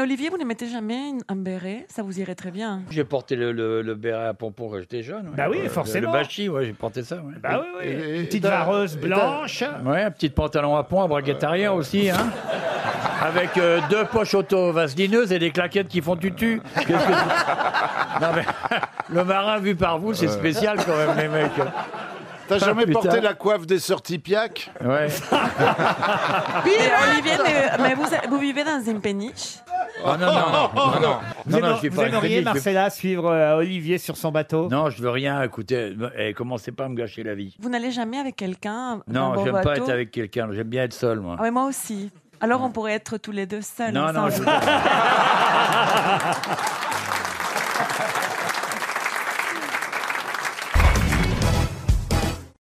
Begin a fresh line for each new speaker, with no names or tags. Olivier, vous ne mettez jamais une- un béret Ça vous irait très bien.
J'ai porté le, le, le béret à pompons quand j'étais jeune. ouais.
Bah oui,
Euh, le-
forcément.
Le bachi, ouais, j'ai porté ça. Ouais.
Bah oui, oui.
Et- et-
Une petite
et t'as-
vareuse
et t'as-
blanche.
Ouais, un petit pantalon à poing, à braguette arrière
Euh,
aussi, hein. Avec euh, deux poches auto-vaselineuses et des claquettes qui font tutu. Qu'est-ce que vous- Non, mais, le marin vu par vous, c'est spécial quand même, les mecs.
T'as jamais
putain.
porté la coiffe des sorties piac
Ouais.
Mais Olivier, mais, mais vous, vous vivez dans une péniche
Oh,
Ah non, non, non, non, non.
Vous,
Non, non,
aimeriez-
je suis
vous
pas un
aimeriez,
crédit, je suis-
Marcella, suivre euh, Olivier sur son bateau
Non, je veux rien, écoutez, eh, commencez pas à me gâcher la vie.
Vous n'allez jamais avec quelqu'un dans
Non,
vos
j'aime pas
bateaux
être avec quelqu'un, j'aime bien être seul, moi.
Ah ouais, moi aussi. Alors on pourrait être tous les deux seuls.
Non, non,
ensemble.
je...